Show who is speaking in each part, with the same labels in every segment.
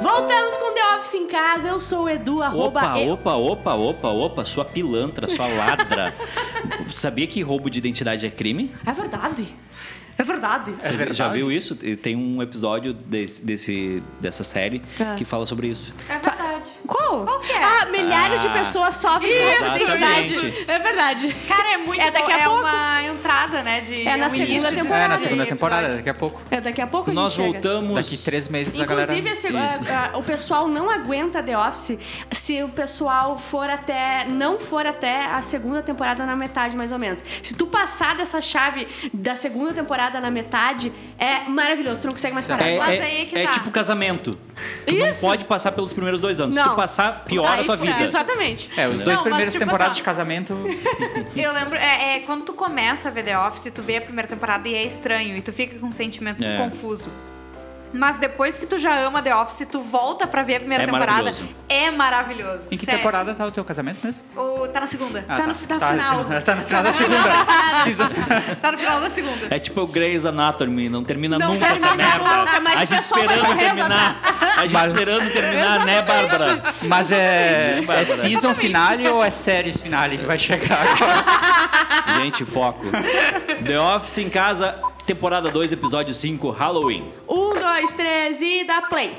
Speaker 1: Voltamos com The Office em casa. Eu sou o Edu, arroba é-
Speaker 2: Opa,
Speaker 1: eu-
Speaker 2: opa, opa, opa, opa, sua pilantra, sua ladra. Sabia que roubo de identidade é crime?
Speaker 1: É verdade. É verdade.
Speaker 2: Você vi- já
Speaker 3: verdade?
Speaker 2: viu isso? Tem um episódio desse, desse- dessa série
Speaker 1: Tá.
Speaker 2: que fala sobre isso.
Speaker 4: É verdade.
Speaker 1: Qual?
Speaker 4: Qual que é?
Speaker 1: Ah, milhares de
Speaker 2: Ah.
Speaker 1: pessoas sofrem
Speaker 4: Isso,
Speaker 1: com essa
Speaker 2: exatamente.
Speaker 1: identidade. É verdade.
Speaker 4: Cara, é muito
Speaker 1: É daqui
Speaker 4: bom.
Speaker 1: a
Speaker 4: é
Speaker 1: pouco.
Speaker 4: uma entrada, né? De,
Speaker 1: É na
Speaker 4: um
Speaker 1: segunda
Speaker 4: início de
Speaker 1: temporada.
Speaker 3: É, na
Speaker 4: episódio.
Speaker 3: segunda temporada, daqui a pouco.
Speaker 1: É, daqui a pouco a gente
Speaker 2: Nós
Speaker 1: chega.
Speaker 2: voltamos.
Speaker 3: Daqui três meses a
Speaker 1: Inclusive,
Speaker 3: galera.
Speaker 1: esse- a- a- o pessoal não aguenta The Office se o pessoal for até. não for até a segunda temporada na metade, mais ou menos. Se tu passar dessa chave da segunda temporada na metade, é maravilhoso, tu não consegue mais parar.
Speaker 2: É,
Speaker 4: Mas
Speaker 2: é-
Speaker 4: aí que
Speaker 2: é
Speaker 4: tá.
Speaker 2: tipo casamento. Tu
Speaker 1: Isso.
Speaker 2: não pode passar pelos primeiros dois anos. Se
Speaker 1: Não.
Speaker 2: tu passar, piora a
Speaker 1: tá Aí
Speaker 2: tua
Speaker 1: foi-
Speaker 2: vida.
Speaker 1: Exatamente.
Speaker 3: É, os
Speaker 4: Não,
Speaker 3: dois
Speaker 4: mas,
Speaker 3: primeiros
Speaker 4: tipo,
Speaker 3: temporadas
Speaker 4: assim,
Speaker 3: de casamento.
Speaker 4: Eu lembro, é, é, quando tu começa a ver The Office, tu vê a primeira temporada e é estranho, e tu fica com um sentimento
Speaker 2: É.
Speaker 4: confuso. Mas depois que tu já ama The Office, tu volta pra ver a primeira
Speaker 2: É
Speaker 4: temporada.
Speaker 2: maravilhoso.
Speaker 4: É maravilhoso.
Speaker 3: Em que
Speaker 4: sério.
Speaker 3: temporada tá o teu casamento mesmo?
Speaker 4: O- tá na segunda.
Speaker 3: Ah,
Speaker 1: Tá no fi- tá final.
Speaker 3: Tá no final da segunda. Season-
Speaker 4: Tá no final da segunda.
Speaker 2: É tipo o Grey's Anatomy, não termina
Speaker 1: Não
Speaker 2: nunca
Speaker 1: termina
Speaker 2: essa merda.
Speaker 1: nunca, mas
Speaker 2: a
Speaker 1: o
Speaker 2: gente
Speaker 1: pessoal vai
Speaker 2: esperando
Speaker 1: correndo
Speaker 2: terminar. A gente
Speaker 3: Mas-
Speaker 2: esperando terminar, né, Bárbara?
Speaker 3: Mas é.
Speaker 2: Bárbara.
Speaker 3: É season finale ou é séries finale que vai chegar agora?
Speaker 2: Gente, foco. The Office em casa, temporada 2, episódio 5, Halloween.
Speaker 1: Um, dois, três e dá play.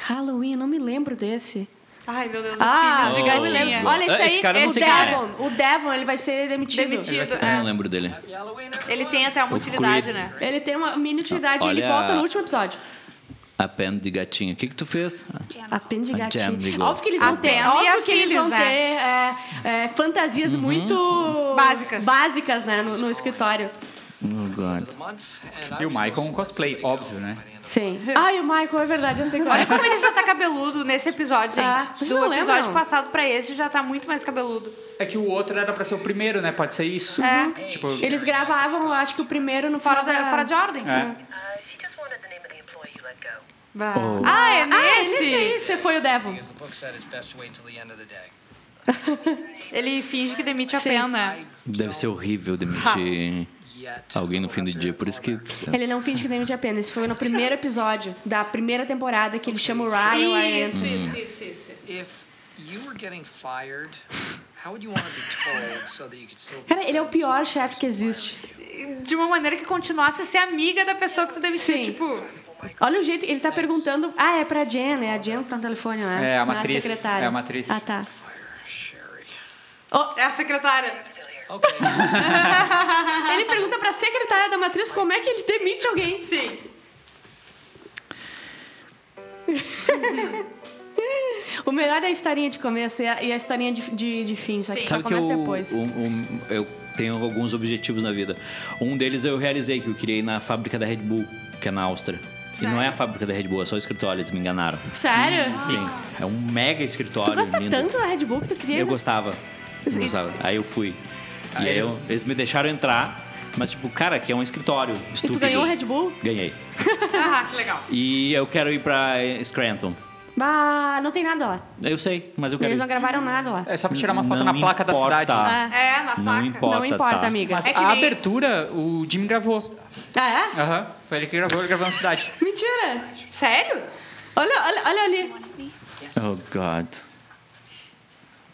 Speaker 1: Halloween, não me lembro desse.
Speaker 4: Ai, meu Deus,
Speaker 1: Ah,
Speaker 4: o
Speaker 2: não,
Speaker 4: filho é de
Speaker 1: eu me
Speaker 4: gatinha.
Speaker 3: Oh.
Speaker 1: lembro. Olha isso
Speaker 2: É,
Speaker 1: aí,
Speaker 2: esse cara eu não
Speaker 1: o
Speaker 2: sei quem é.
Speaker 1: Devon. O Devon, ele vai ser demitido.
Speaker 4: Demitido.
Speaker 2: Eu não
Speaker 4: é.
Speaker 2: lembro dele.
Speaker 4: Ele tem até uma
Speaker 2: O
Speaker 4: utilidade,
Speaker 2: Creed.
Speaker 4: né?
Speaker 1: Ele tem uma mini utilidade, ele
Speaker 2: Olha-
Speaker 1: volta no último episódio.
Speaker 2: A pen de gatinho. O que que tu fez?
Speaker 1: A pen de
Speaker 2: A Jam
Speaker 1: gatinho.
Speaker 2: ligou.
Speaker 1: Óbvio que eles vão
Speaker 4: A
Speaker 1: ter,
Speaker 4: Pam e a
Speaker 1: óbvio que eles
Speaker 4: Phyllis,
Speaker 1: vão ter é, é,
Speaker 2: Uhum.
Speaker 1: fantasias muito
Speaker 4: Básicas.
Speaker 1: básicas, né, no, no escritório.
Speaker 2: Oh, God.
Speaker 3: E o Michael um cosplay, óbvio, né?
Speaker 1: Sim. Ai, o Michael, é verdade, eu sei qual é.
Speaker 4: Olha como ele já tá cabeludo nesse episódio, gente.
Speaker 1: Ah, vocês
Speaker 4: Do
Speaker 1: não
Speaker 4: episódio
Speaker 1: lembram?
Speaker 4: passado pra esse já tá muito mais cabeludo.
Speaker 3: É que o outro era pra ser o primeiro, né? Pode ser isso.
Speaker 1: Uhum.
Speaker 4: É.
Speaker 3: Tipo,
Speaker 1: Eles gravavam, eu acho que o primeiro no
Speaker 4: Fora, da, fora de ordem.
Speaker 3: é.
Speaker 5: Uh, she just wanted the name of the employee you let go.
Speaker 4: Bah.
Speaker 2: Oh.
Speaker 4: Ah, é
Speaker 1: Ah, é nesse
Speaker 4: nesse?
Speaker 1: aí, você foi o Devon.
Speaker 6: As the book said, it's best to wait until the end of the day.
Speaker 4: Ele finge que demite a
Speaker 1: Sim.
Speaker 4: pena.
Speaker 2: Deve ser horrível demitir
Speaker 6: Yet.
Speaker 2: alguém no fim do dia, por isso que... é.
Speaker 1: Ele não finge que demite a pena. Esse foi no primeiro episódio da primeira temporada que ele chama o Ryan. o Ryan.
Speaker 4: Isso, isso, isso, isso. isso.
Speaker 6: If you were getting fired, how would you want to be told so that you could still...
Speaker 1: Cara, ele é o pior chefe que existe.
Speaker 4: De uma maneira que continuasse a ser amiga da pessoa que tu demitiu.
Speaker 1: Sim.
Speaker 4: Tipo,
Speaker 1: Olha o jeito, ele tá perguntando. Ah, é pra Jen, né? A Jen tá no telefone, né?
Speaker 3: É, a
Speaker 1: Não
Speaker 3: matriz.
Speaker 1: secretária.
Speaker 3: É a matriz.
Speaker 1: Ah, tá.
Speaker 6: Sherry.
Speaker 4: oh, é a secretária.
Speaker 6: Okay,
Speaker 1: Ele pergunta pra secretária da matriz como é que ele demite alguém.
Speaker 4: Sim.
Speaker 1: O melhor é a historinha de começo e a, e a historinha de, de, de fim, só que
Speaker 4: Sim.
Speaker 1: só
Speaker 2: Sabe que eu,
Speaker 1: começa depois.
Speaker 2: um- um- eu tenho alguns objetivos na vida. Um deles eu realizei, que eu queria ir na fábrica da Red Bull, que é na Áustria. E não é a fábrica da Red Bull, é só o escritório, eles me enganaram.
Speaker 1: Sério?
Speaker 2: Sim, é um mega
Speaker 1: Tu
Speaker 2: escritório
Speaker 1: gosta
Speaker 2: lindo.
Speaker 1: tanto da Red Bull que tu queria.
Speaker 2: Eu
Speaker 1: né?
Speaker 2: gostava. Eu gostava. Aí eu fui. E aí eu- eles me deixaram entrar, mas tipo, cara, aqui é um escritório.
Speaker 1: E tu
Speaker 2: estúpido.
Speaker 1: ganhou o Red Bull?
Speaker 2: Ganhei.
Speaker 4: Ah, que legal.
Speaker 2: E eu quero ir pra Scranton.
Speaker 1: Bah, não tem nada lá.
Speaker 2: Eu sei, mas eu quero
Speaker 1: Eles não
Speaker 2: ir.
Speaker 1: gravaram nada lá.
Speaker 3: É só pra tirar uma foto
Speaker 2: Não
Speaker 3: na placa
Speaker 2: importa.
Speaker 3: da cidade.
Speaker 1: Ah,
Speaker 4: É, na
Speaker 2: Não
Speaker 4: faca.
Speaker 2: importa.
Speaker 1: não importa,
Speaker 2: tá.
Speaker 1: amiga.
Speaker 3: Mas
Speaker 4: É que
Speaker 3: a
Speaker 4: nem-
Speaker 3: abertura, o Jimmy gravou.
Speaker 1: Ah, é?
Speaker 3: Aham. Foi ele que gravou, ele gravou na cidade.
Speaker 1: Mentira!
Speaker 4: Sério?
Speaker 1: Olha, olha, olha ali.
Speaker 2: Oh, God.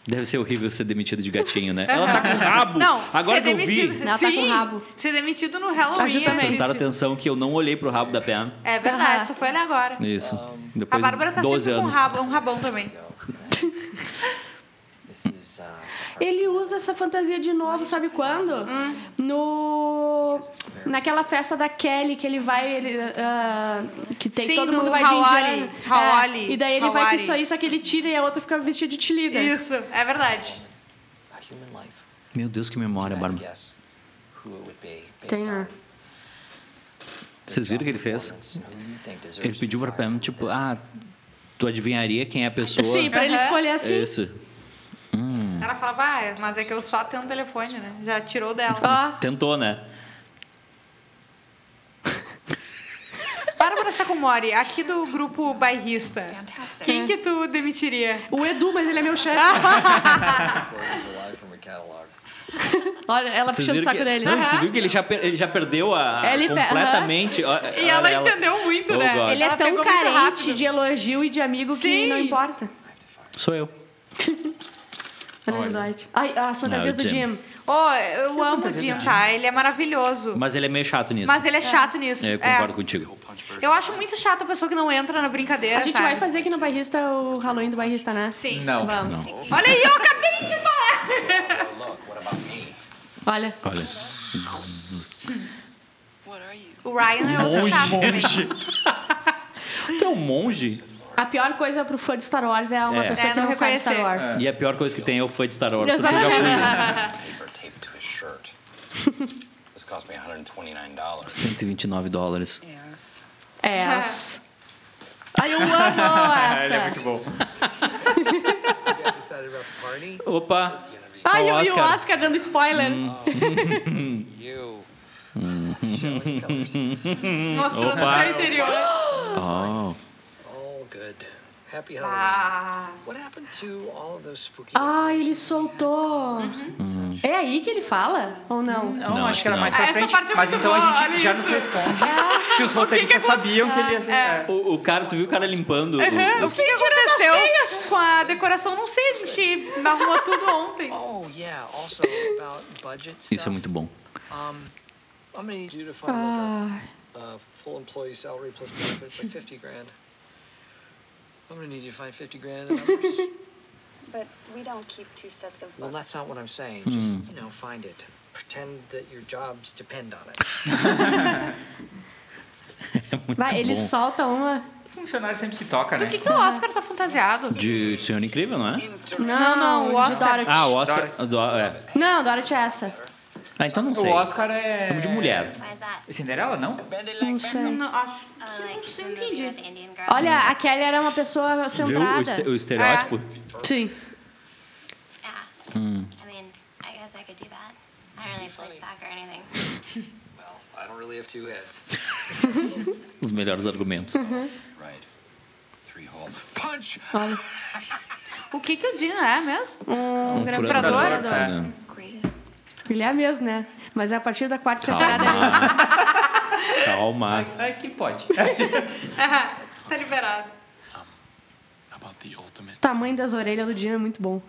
Speaker 2: Deve ser horrível ser demitido de gatinho, né? Ela tá com rabo.
Speaker 4: Não,
Speaker 2: Agora
Speaker 4: ser
Speaker 2: que eu vi.
Speaker 4: demitido-
Speaker 1: Ela tá com
Speaker 4: Sim,
Speaker 1: rabo.
Speaker 4: Ser demitido no Halloween.
Speaker 1: Ajuda
Speaker 4: é
Speaker 1: também.
Speaker 2: Prestaram
Speaker 4: demitido.
Speaker 2: atenção que eu não olhei pro rabo da Pam.
Speaker 4: É
Speaker 1: Aham.
Speaker 4: verdade, só foi olhar agora.
Speaker 2: Isso.
Speaker 4: A
Speaker 2: Depois
Speaker 4: Bárbara tá
Speaker 2: de 12
Speaker 4: sempre com um
Speaker 2: anos.
Speaker 4: rabo, um rabão também.
Speaker 6: this is, uh...
Speaker 1: Ele usa essa fantasia de novo, sabe quando?
Speaker 4: Hum.
Speaker 1: No. Naquela festa da Kelly que ele vai. Ele, ah, que tem
Speaker 4: Sim,
Speaker 1: todo
Speaker 4: do
Speaker 1: mundo vai de
Speaker 4: Hawari.
Speaker 1: indiano.
Speaker 4: Hawari.
Speaker 1: e daí ele vai com
Speaker 4: Hawari.
Speaker 1: isso aí, só que ele tira e a outra fica vestida de tilida.
Speaker 4: Isso, é verdade.
Speaker 6: A human life.
Speaker 2: Meu Deus, que memória,
Speaker 6: I
Speaker 2: Bárbara.
Speaker 6: guess who it would be based
Speaker 1: Tem, né?
Speaker 6: on
Speaker 2: Vocês viram o que ele fez?
Speaker 6: performance and who you think deserves
Speaker 2: Ele
Speaker 6: to be
Speaker 2: pediu pra
Speaker 6: fired.
Speaker 2: Pam, tipo, ah, tu adivinharia quem é a pessoa?
Speaker 1: Sim, pra ele
Speaker 4: Aham.
Speaker 1: escolher assim.
Speaker 2: Isso. Hum.
Speaker 4: Ela falava, ah, mas é que eu só tenho um telefone, né? Já tirou dela.
Speaker 1: Ó,
Speaker 2: Tentou, né?
Speaker 4: Bárbara Sacomori, aqui do grupo bairrista, quem que tu demitiria?
Speaker 1: o Edu, mas ele é meu chefe.
Speaker 6: According to the live from a catalog.
Speaker 1: Olha, ela
Speaker 2: Vocês
Speaker 1: puxando o
Speaker 2: viram
Speaker 1: saco
Speaker 2: que,
Speaker 1: dele.
Speaker 2: Não, tu viu que ele já, per- ele já perdeu a, a-
Speaker 1: Ele pe-
Speaker 2: completamente. ó,
Speaker 4: E ela,
Speaker 2: olha
Speaker 4: entendeu muito,
Speaker 2: Oh,
Speaker 4: né?
Speaker 2: God.
Speaker 1: Ele é
Speaker 4: Ela
Speaker 1: tão
Speaker 4: pegou muito
Speaker 1: carente
Speaker 4: rápido.
Speaker 1: de elogio e de amigo que
Speaker 4: Sim.
Speaker 1: não importa.
Speaker 2: Sou eu.
Speaker 1: Anonidade. Ai, ah, as fantasias
Speaker 2: Não,
Speaker 1: do
Speaker 2: o Jim.
Speaker 1: Jim.
Speaker 4: Oh, eu amo o
Speaker 2: né?
Speaker 4: Jim, tá? Ele é maravilhoso.
Speaker 2: Mas ele é meio chato nisso.
Speaker 4: Mas ele é chato nisso.
Speaker 2: É, eu concordo contigo.
Speaker 4: É. Eu acho muito chato a pessoa que não entra na brincadeira,
Speaker 1: A gente
Speaker 4: sabe?
Speaker 1: vai fazer aqui no bairrista o Halloween do bairrista, né?
Speaker 4: Sim.
Speaker 3: Não.
Speaker 1: Vamos.
Speaker 4: Olha aí, eu acabei de falar!
Speaker 1: Olha.
Speaker 2: Olha.
Speaker 4: O Ryan é outro chato também.
Speaker 2: Tu é um monge?
Speaker 1: A pior coisa pro fã de Star Wars é uma
Speaker 2: É.
Speaker 1: pessoa
Speaker 4: É,
Speaker 1: que
Speaker 4: não
Speaker 1: não sabe
Speaker 4: reconhecer.
Speaker 1: Star Wars.
Speaker 2: E a pior coisa que tem é o fã de Star Wars. porque eu já
Speaker 1: Exatamente.
Speaker 7: paper taped to his shirt. this cost me $129.
Speaker 2: fui 129 dólares.
Speaker 1: É. Ai, eu amo
Speaker 3: Ele é muito
Speaker 1: essa.
Speaker 3: bom.
Speaker 6: You guys excited about the party?
Speaker 2: Opa!
Speaker 1: Ai, eu vi o
Speaker 2: Oscar. Uhum.
Speaker 1: Oscar dando spoiler.
Speaker 6: You.
Speaker 4: Mostrando
Speaker 2: Opa.
Speaker 4: o seu interior.
Speaker 2: Oh.
Speaker 6: All good. Happy Halloween.
Speaker 4: Ah.
Speaker 6: What happened to all of those spooky
Speaker 1: Ah, ele soltou. É aí que ele fala? Ou não?
Speaker 3: Não,
Speaker 2: Uhum. Não,
Speaker 3: acho que era
Speaker 2: não.
Speaker 3: mais pra
Speaker 4: Essa
Speaker 3: frente.
Speaker 4: parte é
Speaker 3: Mas
Speaker 4: muito
Speaker 3: então
Speaker 4: boa,
Speaker 3: a
Speaker 4: olha
Speaker 3: gente já nos
Speaker 4: isso.
Speaker 3: responde que os roteiristas sabiam que ele ia ser. é.
Speaker 2: O, o cara, tu viu o cara limpando? o-
Speaker 4: O que, que aconteceu com a decoração? Não sei, a gente arrumou tudo ontem.
Speaker 6: Oh yeah, also about budget
Speaker 2: Isso é
Speaker 6: stuff.
Speaker 2: muito bom.
Speaker 6: Um, I'm gonna need you to find like a, a full employee salary plus benefits, like fifty grand. I'm gonna need you to find fifty grand. in hours.
Speaker 8: But we don't keep two sets of
Speaker 6: well,
Speaker 8: books.
Speaker 6: that's not what I'm saying. Just you know, find it. Pretend that your jobs depend on it.
Speaker 2: É muito
Speaker 1: Vai, ele
Speaker 2: bom.
Speaker 1: solta uma.
Speaker 3: Funcionário sempre se toca, né?
Speaker 4: Do que, que o Oscar tá fantasiado?
Speaker 2: De Senhor Incrível, não é?
Speaker 1: Não, não, o Oscar.
Speaker 2: Ah, o Oscar. do- é.
Speaker 1: Não, Dorothy é essa.
Speaker 2: Ah, então não sei.
Speaker 3: O Oscar é.
Speaker 2: Nome de mulher.
Speaker 9: Why is that?
Speaker 3: Cinderela, não?
Speaker 1: Não sei.
Speaker 4: Não, acho que
Speaker 9: Uh, like,
Speaker 4: não sei,
Speaker 9: the
Speaker 4: não
Speaker 9: movie
Speaker 4: entendi.
Speaker 9: about the Indian girl.
Speaker 1: Olha, a Kelly era uma pessoa
Speaker 2: Viu o, este- o
Speaker 1: centrada.
Speaker 2: estereótipo?
Speaker 3: É.
Speaker 1: Sim.
Speaker 9: Yeah. I mean, I guess I could do that. I don't really play soccer or anything.
Speaker 6: Well, I don't really have two heads.
Speaker 2: Os melhores argumentos.
Speaker 7: Right. Three whole.
Speaker 6: Punch.
Speaker 4: O que, que o Jim é mesmo?
Speaker 1: Um, grande
Speaker 2: furador.
Speaker 1: furador.
Speaker 2: Furador.
Speaker 8: Greatest.
Speaker 1: Ele é mesmo, né? Mas a partir da quarta temporada. né?
Speaker 2: Calma.
Speaker 3: É que pode.
Speaker 4: Tá liberado.
Speaker 7: How about the ultimate?
Speaker 1: O tamanho das orelhas do Jim é muito bom.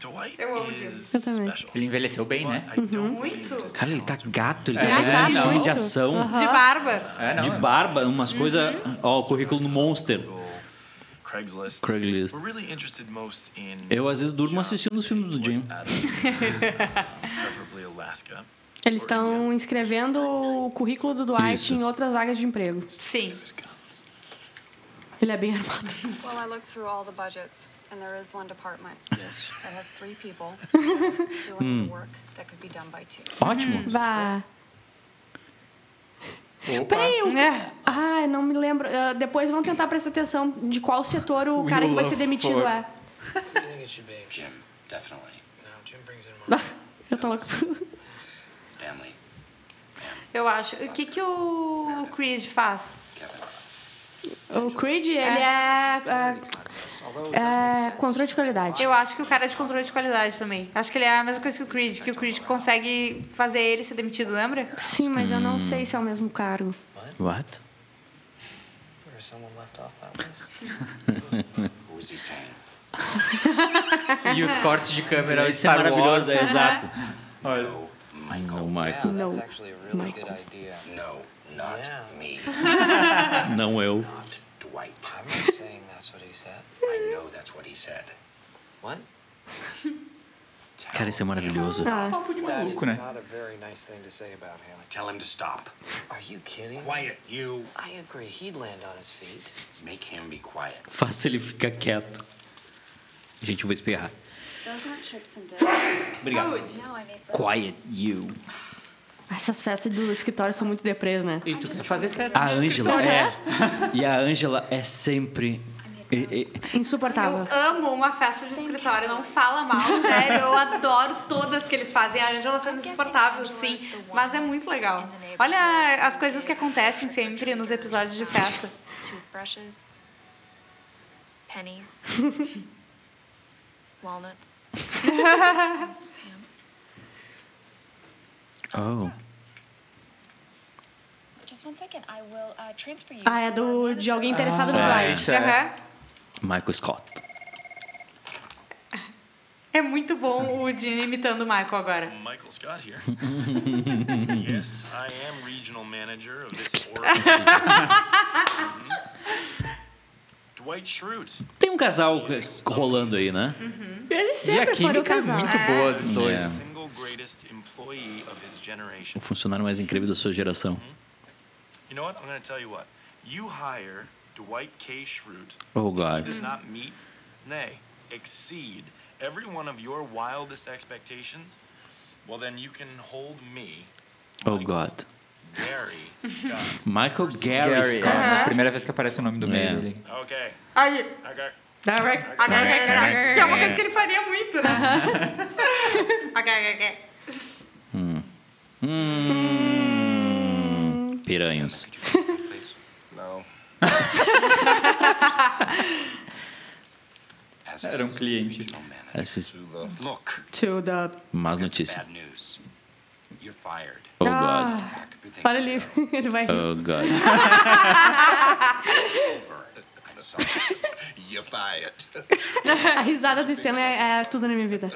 Speaker 7: Dwight
Speaker 4: Eu amo Jim.
Speaker 7: is
Speaker 1: Eu também.
Speaker 7: special.
Speaker 3: Ele envelheceu bem, né?
Speaker 7: I don't believe
Speaker 4: Muito.
Speaker 7: this
Speaker 2: Cara, ele tá gato, ele
Speaker 3: É,
Speaker 2: tá fazendo
Speaker 1: gato.
Speaker 2: filme de
Speaker 1: Muito.
Speaker 2: ação,
Speaker 4: De barba.
Speaker 3: É,
Speaker 2: de
Speaker 3: não.
Speaker 2: barba, umas coisas. Ó, o currículo no Monster.
Speaker 7: Craigslist.
Speaker 2: Craigslist.
Speaker 7: We're really interested most in.
Speaker 2: Eu às vezes durmo assistindo os filmes do Jim.
Speaker 7: Preferably Alaska.
Speaker 1: Eles estão inscrevendo o currículo do Dwight
Speaker 2: Isso.
Speaker 1: em outras vagas de emprego.
Speaker 4: Sim.
Speaker 1: Ele é bem armado.
Speaker 8: Well, I looked through all the budgets, and there is one department that has three people doing the work that could be done by two.
Speaker 2: Ótimo.
Speaker 1: Vá.
Speaker 3: Opa.
Speaker 1: Peraí, o...
Speaker 4: É.
Speaker 1: Ah, não me lembro. Ah, depois vão tentar prestar atenção de qual setor o
Speaker 3: Will
Speaker 1: cara que vai ser demitido
Speaker 3: for-
Speaker 1: é.
Speaker 6: Who do you think it should be?
Speaker 7: Jim, definitely.
Speaker 6: No, Jim brings in one.
Speaker 1: Eu tô louco.
Speaker 7: Stanley,
Speaker 4: Eu acho. O que, que o Creed faz?
Speaker 7: Kevin.
Speaker 1: O Creed, ele é,
Speaker 6: Although
Speaker 1: é, é controle de qualidade.
Speaker 4: Eu acho que o cara é de controle de qualidade também. Acho que ele é a mesma coisa que o Creed, que o Creed consegue fazer ele ser demitido, lembra?
Speaker 1: Sim, mas eu não sei se é o mesmo cargo.
Speaker 3: Uhum.
Speaker 2: What?
Speaker 6: Or someone left off that list.
Speaker 7: Who is he saying?
Speaker 3: E os cortes de câmera
Speaker 2: Isso é
Speaker 3: Star Wars.
Speaker 2: maravilhoso, é exato.
Speaker 3: Olha.
Speaker 2: Não,
Speaker 6: Yeah,
Speaker 2: Michael.
Speaker 1: No,
Speaker 6: that's actually a really good idea.
Speaker 7: No, not
Speaker 6: Yeah.
Speaker 7: me.
Speaker 2: Não eu.
Speaker 7: Not Dwight.
Speaker 6: I'm not saying that's what he said.
Speaker 7: I know that's what he said.
Speaker 6: What?
Speaker 2: Cara, isso é maravilhoso.
Speaker 1: Ah,
Speaker 6: That is
Speaker 3: Maluco, né?
Speaker 6: not a very nice thing to say about him.
Speaker 7: Tell him to stop.
Speaker 6: Are you kidding?
Speaker 7: Quiet, you.
Speaker 6: I agree. He'd land on his feet.
Speaker 7: Make him be quiet.
Speaker 2: Faça ele ficar quieto. Gente, eu vou espirrar.
Speaker 8: Those aren't chips and dip.
Speaker 2: Obrigado.
Speaker 8: No, I made those.
Speaker 3: Quiet you.
Speaker 1: essas festas do escritório são muito deprês, né?
Speaker 3: E tu quer fazer festa?
Speaker 2: A Ângela é. E a Ângela é sempre. e- e-
Speaker 1: Insuportável.
Speaker 4: Eu amo uma festa de escritório, não fala mal, sério. Eu adoro todas que eles fazem. A Angela sendo insuportável, sim. Mas é muito legal. Olha as coisas que acontecem sempre nos episódios de festa.
Speaker 8: Toothbrushes. Pennies. Walnuts. Mrs. Pam.
Speaker 2: Oh.
Speaker 8: Just one second, I will uh, transfer you.
Speaker 1: Ah, é do, de alguém interessado no
Speaker 2: Ah,
Speaker 1: Dwight.
Speaker 2: isso é. Michael Scott.
Speaker 4: É muito bom o Dean imitando o Michael agora.
Speaker 10: Michael Scott here. yes, I am regional manager of this org. Mm-hmm. Dwight Schrute.
Speaker 2: Tem um casal rolando aí, né?
Speaker 1: Eles
Speaker 10: E a
Speaker 1: sempre foram o
Speaker 10: química é
Speaker 1: casal.
Speaker 10: muito
Speaker 1: É.
Speaker 10: boa
Speaker 2: dos dois.
Speaker 10: The single greatest employee of his generation.
Speaker 2: O funcionário mais incrível da sua geração.
Speaker 10: You know what? I'm going to tell you what. You hire Dwight K. Schrute.
Speaker 2: Oh, God.
Speaker 10: Does not meet, nay, exceed every one of your wildest expectations. Well, then you can hold me,
Speaker 2: Oh, God.
Speaker 10: Gary Scott.
Speaker 2: Michael Gary,
Speaker 3: Gary,
Speaker 2: Scott.
Speaker 3: é. Primeira vez que aparece o nome do meio
Speaker 2: É.
Speaker 3: dele.
Speaker 10: Okay.
Speaker 4: Aí.
Speaker 10: Okay.
Speaker 1: Tá,
Speaker 4: Que é uma coisa que ele faria muito, né?
Speaker 2: Hum. Hum. Piranhos.
Speaker 6: No.
Speaker 3: Era um um cliente.
Speaker 2: Esses
Speaker 6: Look,
Speaker 1: To the...
Speaker 2: más notícias.
Speaker 6: bad news. You're fired.
Speaker 2: Oh, God.
Speaker 1: Ah, olha ali, ele vai rir.
Speaker 2: Oh, God.
Speaker 6: I'm sorry. You're fired.
Speaker 1: A risada do Stanley é, é tudo na minha vida.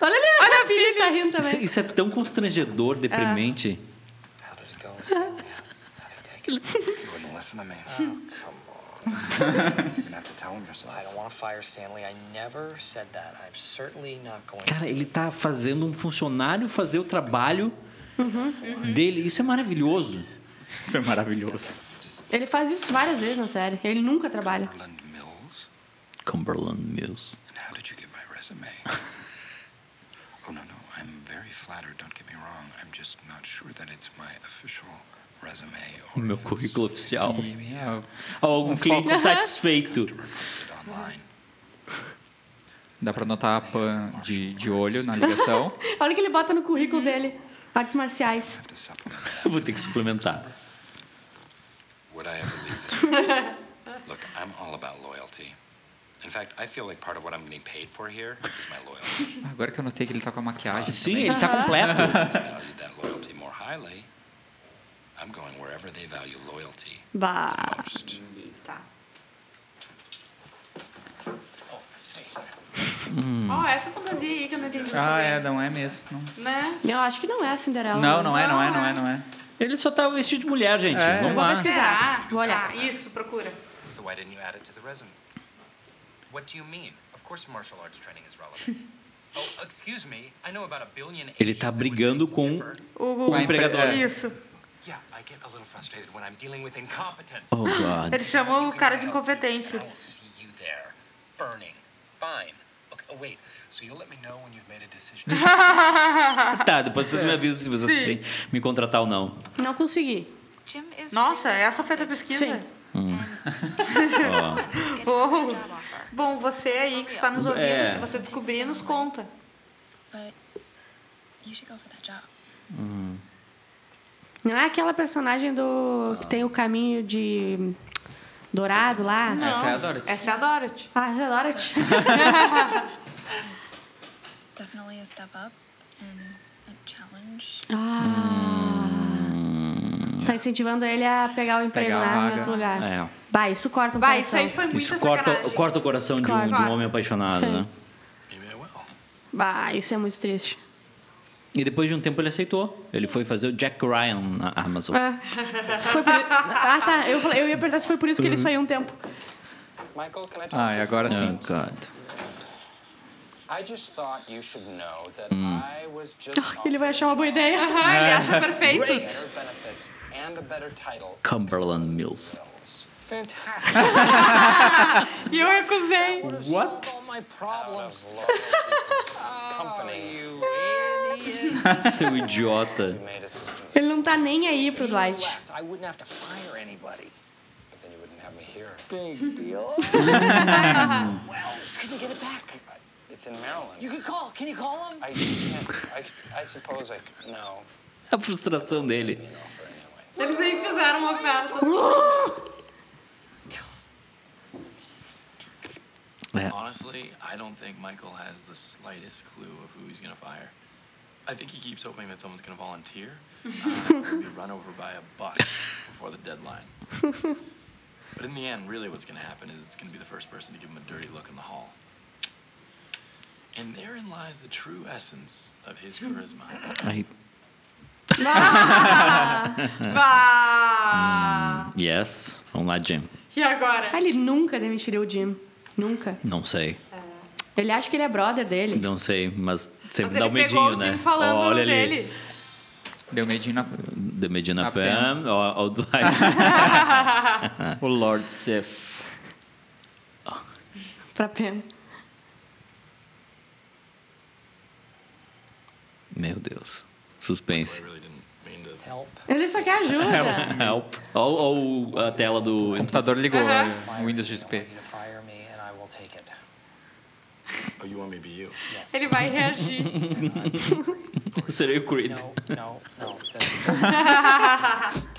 Speaker 1: Olha ali, olha a filha está rindo
Speaker 2: Isso,
Speaker 1: também.
Speaker 2: isso é tão constrangedor, deprimente.
Speaker 6: How did it go? Stanley? How did I take it? You wouldn't listen to me. Oh, come on. You're gonna have to tell him yourself.
Speaker 11: I don't want to fire Stanley. I never said that. I'm certainly not going
Speaker 2: Cara, ele tá fazendo um funcionário fazer o trabalho dele. Isso é maravilhoso. Isso é
Speaker 3: Uhum.
Speaker 2: maravilhoso.
Speaker 1: Ele faz isso várias vezes na série. Ele nunca trabalha.
Speaker 2: Cumberland Mills.
Speaker 6: And how did you get my resume? oh, no, no. I'm very flattered. Don't get me wrong. I'm just not sure that it's my official resume
Speaker 2: O meu currículo oficial.
Speaker 6: Yeah.
Speaker 2: Algum
Speaker 6: Um
Speaker 2: cliente
Speaker 6: foco.
Speaker 2: satisfeito.
Speaker 6: online.
Speaker 3: Dá pra notar a pan de, de olho na ligação.
Speaker 1: Olha o que ele bota no currículo dele. Artes marciais.
Speaker 2: Vou ter que suplementar.
Speaker 6: Would I ever leave this? Look, I'm all about loyalty. In fact, I feel like part of what I'm getting paid for here is my loyalty.
Speaker 3: Agora que eu notei que ele tá com a maquiagem.
Speaker 2: Sim,
Speaker 3: também.
Speaker 2: ele tá completo.
Speaker 6: I value that loyalty more highly. I'm going wherever they value loyalty
Speaker 1: Bah.
Speaker 6: most.
Speaker 4: Ó, essa fantasia aí que eu não entendi.
Speaker 3: Hum. Ah, é, não é mesmo. Não,
Speaker 4: Né?
Speaker 1: Eu acho que não é a Cinderela.
Speaker 3: não, não é, não é, não é, não é.
Speaker 2: Ele só tá vestido de mulher, gente.
Speaker 3: É.
Speaker 2: Vamos
Speaker 1: Vou
Speaker 2: lá.
Speaker 1: pesquisar. Vou olhar.
Speaker 4: Ah, isso, procura.
Speaker 11: So why didn't you add it to the resume? What do you mean? Of course martial arts training is relevant. oh, excuse me. I know about a billion
Speaker 2: Ele tá brigando com
Speaker 4: O,
Speaker 2: o empregador.
Speaker 4: Isso.
Speaker 11: Yeah, I get a little frustrated when I'm dealing with incompetence.
Speaker 2: Oh, God.
Speaker 4: Ele chamou o cara de incompetente.
Speaker 11: I will see you there, burning. Fine. Okay, oh, wait. So you'll let me know when you've made a decision.
Speaker 2: Tá, depois vocês me avisam se vocês querem me contratar ou não.
Speaker 1: Não consegui.
Speaker 8: Jim is
Speaker 4: Nossa,
Speaker 8: really
Speaker 4: essa foi a tua pesquisa?
Speaker 1: Sim.
Speaker 2: Hum. Ó,
Speaker 4: Bom, bom, você aí que está nos ouvindo,
Speaker 2: É.
Speaker 4: se você descobrir, nos conta.
Speaker 8: But you should go for that job.
Speaker 1: Não é aquela personagem do. que tem o caminho de. dourado lá?
Speaker 3: Essa é a Dorothy.
Speaker 4: Essa é a Dorothy.
Speaker 1: Ah, essa é a Dorothy.
Speaker 8: Definitely a step up and a challenge.
Speaker 1: Ah. Tá incentivando ele a pegar o emprego
Speaker 3: Pegar a
Speaker 1: lá
Speaker 3: vaga.
Speaker 1: em outro lugar.
Speaker 2: É.
Speaker 1: Vai, isso corta um
Speaker 4: Vai, isso
Speaker 1: coração.
Speaker 4: aí foi muito
Speaker 2: Isso corta,
Speaker 4: sacanagem.
Speaker 2: corta o coração de um, de um
Speaker 4: Corta.
Speaker 2: homem apaixonado,
Speaker 1: Sim.
Speaker 2: né?
Speaker 10: Maybe I will.
Speaker 1: Vai, isso é muito triste.
Speaker 2: E depois de um tempo ele aceitou. Ele foi fazer o Jack Ryan na Amazon.
Speaker 1: Ah, foi por... ah tá. Eu, falei- eu ia perguntar se foi por isso que ele saiu um tempo.
Speaker 6: Michael, can I talk
Speaker 3: Ah, e agora sim.
Speaker 2: Oh, God.
Speaker 6: I just thought you should know that I was just
Speaker 1: Ele vai achar uma boa ideia.
Speaker 4: Ah, ele acha perfeito.
Speaker 6: better benefits and a better title.
Speaker 2: Cumberland Mills.
Speaker 11: Fantastic.
Speaker 4: E eu recusei.
Speaker 11: What? All my problems.
Speaker 6: Company. You
Speaker 2: Seu idiota.
Speaker 6: made a system,
Speaker 1: Ele não tá nem aí pro Dwight.
Speaker 11: Left. I wouldn't have to fire anybody.
Speaker 6: but then you wouldn't have me here.
Speaker 11: Big deal.
Speaker 6: I can get it back. It's in Maryland.
Speaker 11: You can call. Can you call him?
Speaker 6: I can't. I, I suppose I could. No.
Speaker 2: A frustração dele.
Speaker 4: Eles aí fizeram uma oferta.
Speaker 2: É. É.
Speaker 10: Honestly, I don't think Michael has the slightest clue of who he's going to fire. I think he keeps hoping that someone's going to volunteer uh, be run over by a bus before the deadline. But in the end, really what's going to happen is it's going to be the first person to give him a dirty look in the hall. And therein lies the true essence of his charisma.
Speaker 2: I,
Speaker 4: Bah!
Speaker 2: yes. Vamos lá, Jim.
Speaker 4: E agora?
Speaker 1: Ah, ele nunca demitiria o Jim. Nunca.
Speaker 2: Não sei.
Speaker 1: Ele acha que ele é brother dele.
Speaker 2: Não sei, mas sempre
Speaker 1: Mas
Speaker 2: dá um
Speaker 1: ele pegou
Speaker 2: medinho,
Speaker 1: o
Speaker 2: né?
Speaker 1: Jim falando
Speaker 2: Olha ali.
Speaker 1: dele.
Speaker 2: Ah.
Speaker 3: Deu medinho na...
Speaker 2: Deu um medinho na
Speaker 3: Na
Speaker 2: Pam.
Speaker 3: Pam.
Speaker 2: ó, ó, do-
Speaker 12: o Lord Sif.
Speaker 1: Pra pena.
Speaker 2: Meu Deus. Suspense.
Speaker 6: Help.
Speaker 1: Ele só quer ajuda.
Speaker 2: Help. Ou, ou a tela do. O computador
Speaker 3: ligou,
Speaker 6: Aham.
Speaker 3: o Windows XP.
Speaker 6: You to fire me and I will take it.
Speaker 10: Oh, you want me to be you?
Speaker 6: Yes.
Speaker 4: Ele vai reagir.
Speaker 2: Eu serei o Creed.
Speaker 6: No, no.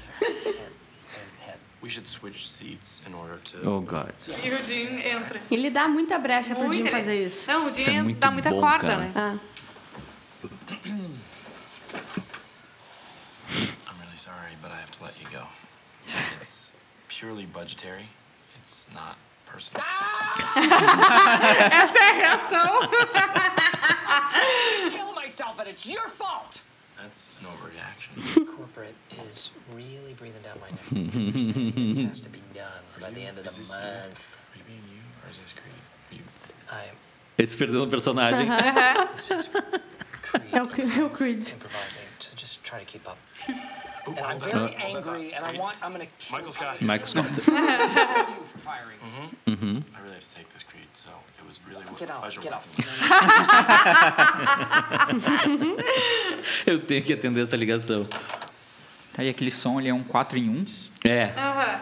Speaker 10: We should switch seats in order to.
Speaker 2: Oh, God.
Speaker 4: E o Jim entra.
Speaker 1: Ele dá muita brecha pro
Speaker 4: Muito,
Speaker 1: Jim
Speaker 4: né?
Speaker 1: fazer isso.
Speaker 4: Não, o Jim Isso é muito dá muita bom, corda, cara. né?
Speaker 1: Ah.
Speaker 10: I'm really sorry, but I have to let you go. It's purely budgetary. It's not personal.
Speaker 6: Essa
Speaker 4: é a reação.
Speaker 6: I kill myself and it's your fault.
Speaker 10: That's an overreaction.
Speaker 6: Corporate is really breathing down my neck. this has to be done by the end of the month. Are
Speaker 10: you being you or is this Creed?
Speaker 6: I am
Speaker 2: Esse perdeu o personagem.
Speaker 1: Aham. É o, Cre- é o Creed.
Speaker 6: improvising, so just try to keep up. and I'm very
Speaker 2: Uh,
Speaker 6: angry, and I want I'm gonna kill Michael Scott.
Speaker 2: Michael Scott.
Speaker 6: you for firing.
Speaker 2: Uhum.
Speaker 10: I really have to take this, Creed, so it was really worth
Speaker 6: Get off,
Speaker 10: pleasure
Speaker 6: get off.
Speaker 10: working.
Speaker 2: Eu tenho que atender essa ligação.
Speaker 3: Tá, e aquele som ali é um 4 em 1?
Speaker 2: É.
Speaker 1: Ah.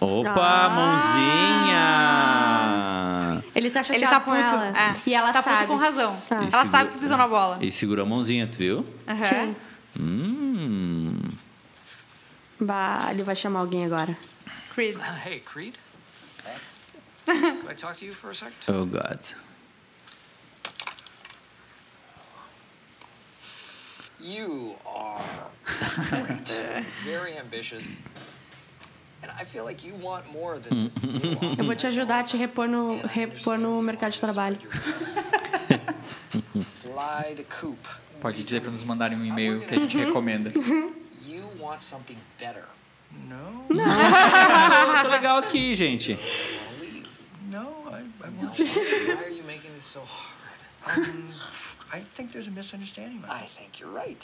Speaker 2: Opa, mãozinha!
Speaker 1: Ele tá chateado
Speaker 4: Ele tá
Speaker 1: com
Speaker 4: puto.
Speaker 1: ela.
Speaker 4: É.
Speaker 1: E ela
Speaker 4: Tá puto
Speaker 1: sabe.
Speaker 4: com razão.
Speaker 1: Sabe.
Speaker 4: Ela sabe que pisou na bola.
Speaker 2: E segurou a mãozinha, tu viu?
Speaker 4: Aham.
Speaker 2: Hum.
Speaker 1: Bah, ele vai chamar alguém agora.
Speaker 4: Creed.
Speaker 1: Ah.
Speaker 6: Uh, hey, Creed. Could I talk to you for a sec?
Speaker 2: Oh, God.
Speaker 6: You are great. very ambitious, and I feel like you want more than this.
Speaker 1: Eu vou te ajudar a te repor no, repor no mercado de trabalho.
Speaker 6: Fly the coop.
Speaker 3: Pode dizer pra nos mandarem um e-mail que a gente recomenda.
Speaker 6: You want something better. No.
Speaker 2: Tô legal aqui, gente.
Speaker 6: No, I, I won't. Why are you making it so hard? Um, I think there's a misunderstanding. I think you're right.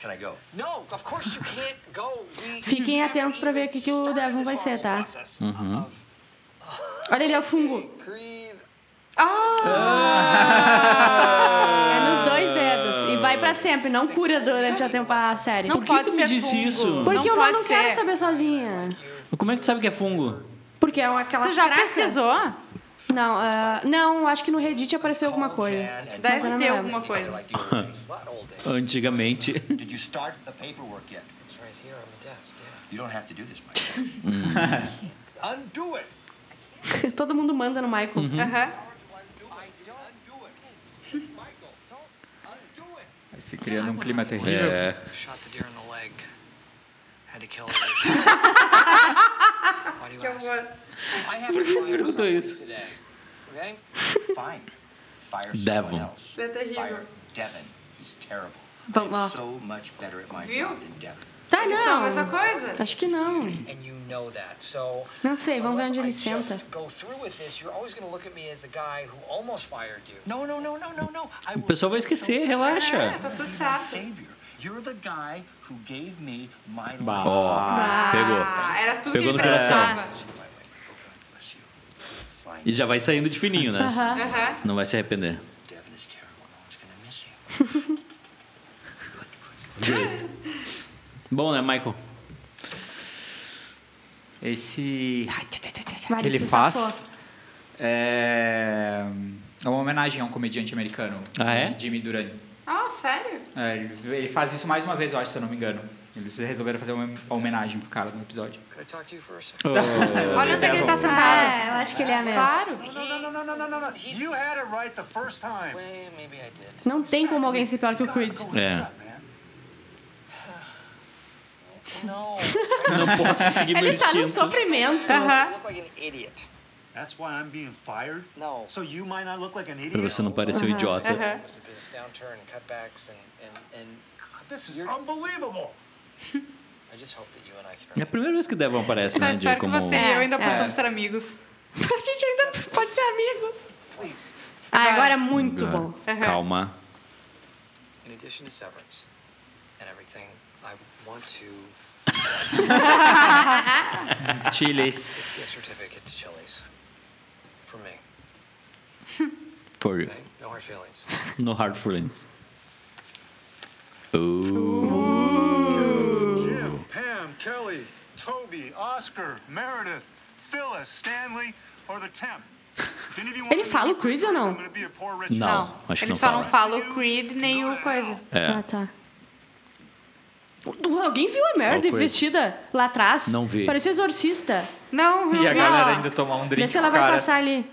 Speaker 13: Can I go?
Speaker 6: No, of course you can't go. We,
Speaker 1: Fiquem atentos pra ver o que, que o Devon vai ser, tá?
Speaker 2: Uhum.
Speaker 1: Olha ali, é o fungo.
Speaker 4: Ah,
Speaker 2: Ah,
Speaker 1: É nos dois dedos. E vai pra sempre. Não cura durante a, tempo, a série.
Speaker 4: Não Por que pode tu me ser
Speaker 2: disse fungo. isso?
Speaker 1: Porque
Speaker 2: Não
Speaker 1: eu não,
Speaker 2: pode ser.
Speaker 1: quero saber sozinha.
Speaker 2: Como é que tu sabe que é fungo?
Speaker 1: Porque é aquela
Speaker 4: Tu já pesquisou?
Speaker 1: Não, ah, não, acho que no Reddit apareceu alguma coisa. Mas eu
Speaker 4: Deve
Speaker 1: não
Speaker 4: ter
Speaker 1: lembro.
Speaker 4: alguma coisa.
Speaker 2: Antigamente.
Speaker 13: Did you start the paperwork yet?
Speaker 6: It's right here on the desk. Yeah.
Speaker 13: You don't have to do this, Mike. Undo it.
Speaker 1: Todo mundo manda no Michael. Ah,
Speaker 2: Uhum.
Speaker 3: Vai se criando um clima terrível.
Speaker 2: É.
Speaker 6: Shot the deer in the leg. Had to kill it. Why do you ask?
Speaker 1: Ah,
Speaker 6: I have
Speaker 2: Por
Speaker 6: to
Speaker 2: que
Speaker 6: fire
Speaker 2: perguntou
Speaker 6: someone
Speaker 2: isso?
Speaker 6: today. Okay?
Speaker 13: Fine. Fire
Speaker 2: Devon.
Speaker 13: someone else. Fire Devon. He's terrible.
Speaker 1: Vamos lá.
Speaker 13: So much better at my
Speaker 1: Viu?
Speaker 13: job than Devon.
Speaker 1: Tá,
Speaker 6: Eles
Speaker 1: não. Tá
Speaker 6: são a mesma coisa?
Speaker 1: Acho que não.
Speaker 6: And you know that. So
Speaker 1: Não sei, vamos ver
Speaker 6: unless
Speaker 1: onde ele
Speaker 6: I
Speaker 1: senta.
Speaker 6: just go through with this, you're always going to look at me as the guy who almost fired you.
Speaker 13: No, no, no, no, no, no. I
Speaker 2: O pessoal vai esquecer,
Speaker 4: É,
Speaker 2: relaxa.
Speaker 4: tá eh?
Speaker 13: Savior. You're the guy who gave me my life.
Speaker 2: Bah.
Speaker 10: Ah,
Speaker 2: Ó, Bah. Ah, pegou.
Speaker 4: Ah, Era tudo
Speaker 2: Pegou
Speaker 4: que
Speaker 2: no
Speaker 4: ele
Speaker 2: coração.
Speaker 4: precisava.
Speaker 2: E já vai saindo de fininho, né?
Speaker 4: Aham. Aham.
Speaker 2: Não vai se arrepender. Direito. Bom, né, Michael?
Speaker 3: Esse
Speaker 1: Vai,
Speaker 3: que ele
Speaker 1: se
Speaker 3: faz
Speaker 1: safou.
Speaker 3: é... é uma homenagem a um comediante americano,
Speaker 2: Ah, é?
Speaker 3: Jimmy Durante.
Speaker 4: Ah, sério?
Speaker 3: É, ele ele faz isso mais uma vez, eu acho, se eu não me engano. Eles resolveram fazer uma homenagem pro cara no episódio.
Speaker 6: Can I talk to you for a second?
Speaker 4: Olha onde é que ele tá sentado.
Speaker 1: Ah, eu acho que ele é mesmo.
Speaker 4: Claro.
Speaker 6: No, no, no, no, no, no, no. He,
Speaker 14: You had it right the first
Speaker 10: Oh.
Speaker 14: time.
Speaker 6: Well, maybe I did.
Speaker 1: Não tem como alguém ser pior que o Creed.
Speaker 2: É.
Speaker 6: No.
Speaker 2: Não posso seguir meu
Speaker 1: Ele tá num
Speaker 2: instinto.
Speaker 1: sofrimento.
Speaker 6: I look like an idiot.
Speaker 14: That's why I'm being fired.
Speaker 6: No.
Speaker 14: So you might not look like an idiot.
Speaker 2: Pra você não parecer um idiota.
Speaker 6: It was a business downturn and cutbacks and, and, and
Speaker 14: This is unbelievable.
Speaker 6: I just hope that you and I can
Speaker 2: É a primeira vez que o Devon aparece,
Speaker 4: Eu
Speaker 2: né? De
Speaker 4: espero que
Speaker 2: como...
Speaker 4: você e eu ainda
Speaker 1: É.
Speaker 4: possamos ser amigos.
Speaker 1: A gente ainda pode ser amigo.
Speaker 6: Please.
Speaker 1: Ah, agora é muito bom.
Speaker 2: Calma.
Speaker 6: In addition to severance and everything, I want to
Speaker 3: Chiles.
Speaker 6: this gift certificate to Chili's. For me.
Speaker 2: For you.
Speaker 6: Okay? No hard feelings.
Speaker 2: No hard feelings. Oh.
Speaker 14: Jim, Pam, Kelly, Toby, Oscar, Meredith, Phyllis, Stanley, or the temp. If any of you want
Speaker 1: Ele
Speaker 14: to
Speaker 1: fala
Speaker 14: meet
Speaker 1: o Creed ou
Speaker 14: I'm
Speaker 1: não?
Speaker 14: gonna be a poor rich
Speaker 2: Não,
Speaker 14: mouse.
Speaker 2: acho que
Speaker 4: Eles
Speaker 2: não
Speaker 4: só não
Speaker 2: fala.
Speaker 4: falam o Creed nem o coisa.
Speaker 1: Ah,
Speaker 2: É,
Speaker 1: tá. Uh, Alguém viu a Meredith
Speaker 2: Creed.
Speaker 1: vestida lá atrás?
Speaker 2: Não vi.
Speaker 1: Parecia exorcista.
Speaker 4: Não,
Speaker 3: E a
Speaker 4: não.
Speaker 3: galera ainda tomar um
Speaker 1: Vê
Speaker 3: drink
Speaker 1: se
Speaker 3: com
Speaker 1: ela
Speaker 3: o
Speaker 1: vai
Speaker 3: cara.
Speaker 1: passar ali.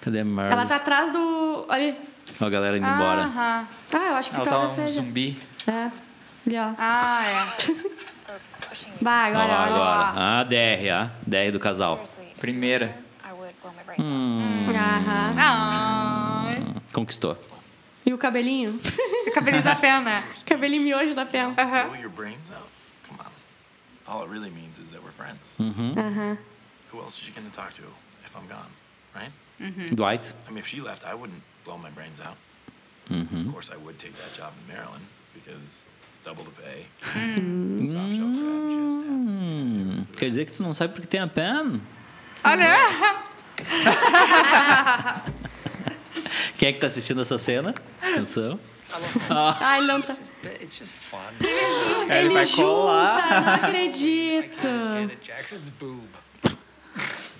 Speaker 2: cadê a
Speaker 1: Ela
Speaker 2: Meredith?
Speaker 1: tá atrás do. Ali.
Speaker 2: Ó, a galera indo embora.
Speaker 4: Aham.
Speaker 1: Ah, eu acho que
Speaker 3: Ela tá
Speaker 1: talvez
Speaker 3: um
Speaker 1: seja.
Speaker 3: zumbi.
Speaker 1: É. Ali, ó.
Speaker 4: Ah, é.
Speaker 15: So pushing you.
Speaker 1: Bah,
Speaker 2: Ó,
Speaker 1: agora, olha.
Speaker 2: agora. Ah, DR, ah. DR do casal.
Speaker 15: Seriously, if
Speaker 3: Primeira.
Speaker 15: I would blow my brains out.
Speaker 1: Aham.
Speaker 4: Ah,
Speaker 2: Conquistou.
Speaker 1: E o cabelinho?
Speaker 4: o é cabelinho da né? pena.
Speaker 1: cabelinho miojo da pena.
Speaker 4: Aham.
Speaker 10: Blow your brains out. Come on. All it really means is that we're friends.
Speaker 1: Aham.
Speaker 10: Who else is she gonna talk to if I'm gone, right?
Speaker 2: Dwight.
Speaker 10: I mean, if she left, I wouldn't blow my brains out. Of course, I would take that job in Maryland because it's double the pay. Soft shell crab just happens.
Speaker 2: Hum, quer dizer que tu não sabe porque tem a Pam?
Speaker 4: Olha,
Speaker 2: Quem é que tá assistindo essa cena? Atenção.
Speaker 1: Ai, ele não tá.
Speaker 6: It's, bi- it's just fun.
Speaker 3: Ele vai
Speaker 1: junta,
Speaker 3: colar.
Speaker 1: não acredito.
Speaker 6: Janet Jackson's boob.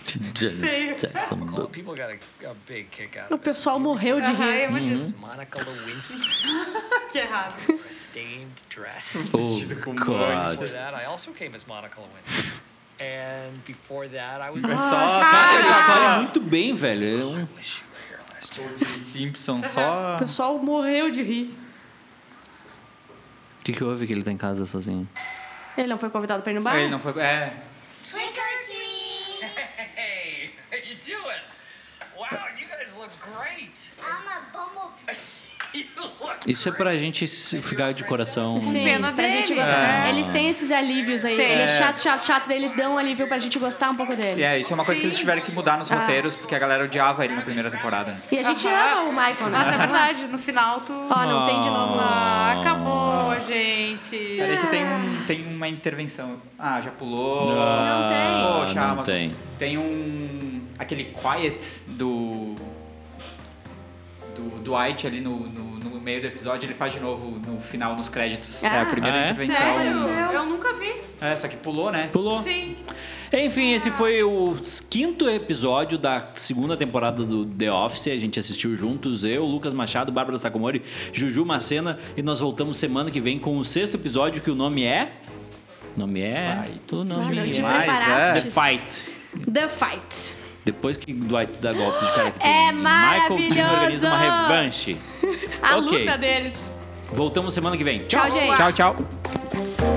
Speaker 2: Jackson.
Speaker 6: Cool. People got a, a big kick out
Speaker 1: O
Speaker 6: of it.
Speaker 1: pessoal morreu de
Speaker 4: Aham, eu
Speaker 1: rir.
Speaker 4: imagino.
Speaker 6: It's Monica Lewinsky
Speaker 4: Que é errado.
Speaker 6: in a stained dress.
Speaker 2: Oh,
Speaker 6: Before
Speaker 2: God.
Speaker 6: that, I also came as Monica Lewinsky. And before that, I was.
Speaker 3: É
Speaker 6: I
Speaker 3: só, só
Speaker 2: Eles falam muito bem, velho. É um-
Speaker 6: wish you were here last year.
Speaker 3: aquele Simpson, só...
Speaker 1: O pessoal morreu de rir.
Speaker 2: O que, que houve que ele tá em casa sozinho?
Speaker 1: Ele não foi convidado pra ir no bar?
Speaker 3: Ele não foi... É,
Speaker 9: Trick or treat!
Speaker 6: Hey, how you doing? Wow, you guys look great.
Speaker 9: I'm a bumblebee.
Speaker 6: You look
Speaker 2: Isso é pra gente se- ficar de coração.
Speaker 1: Sim,
Speaker 4: Pena
Speaker 1: pra gente
Speaker 4: dele,
Speaker 1: gostar.
Speaker 4: né?
Speaker 1: Eles têm esses alívios aí. Ele é chato, chato, chato, daí ele dá um alívio pra gente gostar um pouco dele.
Speaker 3: e é, isso é uma coisa que eles tiveram que mudar nos
Speaker 1: Ah.
Speaker 3: roteiros, porque a galera odiava ele na primeira temporada. né?
Speaker 1: E a gente
Speaker 4: Aham.
Speaker 1: ama o Michael,
Speaker 4: Nossa, é
Speaker 1: né?
Speaker 4: verdade. No final tu.
Speaker 1: Ó, não tem de novo.
Speaker 4: Ah, acabou, gente.
Speaker 3: Peraí que tem, um, tem uma intervenção. Ah, já pulou.
Speaker 1: Não tem.
Speaker 2: Ah,
Speaker 3: Poxa,
Speaker 2: não
Speaker 3: Amazon.
Speaker 2: tem.
Speaker 3: Tem um. aquele quiet do. do Dwight ali no, no, no meio do episódio, ele faz de novo no final, nos créditos.
Speaker 1: Ah.
Speaker 3: é a primeira
Speaker 2: Ah, é?
Speaker 3: intervenção.
Speaker 4: Sério? Eu nunca vi.
Speaker 3: É, só que pulou, né?
Speaker 2: Pulou.
Speaker 4: Sim.
Speaker 2: Enfim, esse foi o quinto episódio da segunda temporada do The Office. A gente assistiu juntos, eu, Lucas Machado, Bárbara Sacomori, Juju Macena. E nós voltamos semana que vem com o sexto episódio, que o nome é. Nome é.
Speaker 3: Vai.
Speaker 2: Tu não
Speaker 1: Ah, não
Speaker 2: me
Speaker 1: te
Speaker 2: mais.
Speaker 1: preparaste.
Speaker 2: The Fight.
Speaker 1: The Fight.
Speaker 2: Depois que Dwight dá golpe de cara que
Speaker 1: É
Speaker 2: tem, Michael Dean
Speaker 1: maravilhoso!
Speaker 2: organiza uma revanche.
Speaker 1: A
Speaker 2: Ok.
Speaker 1: luta deles.
Speaker 2: Voltamos semana que vem. Tchau!
Speaker 1: Tchau, gente.
Speaker 3: Tchau, tchau.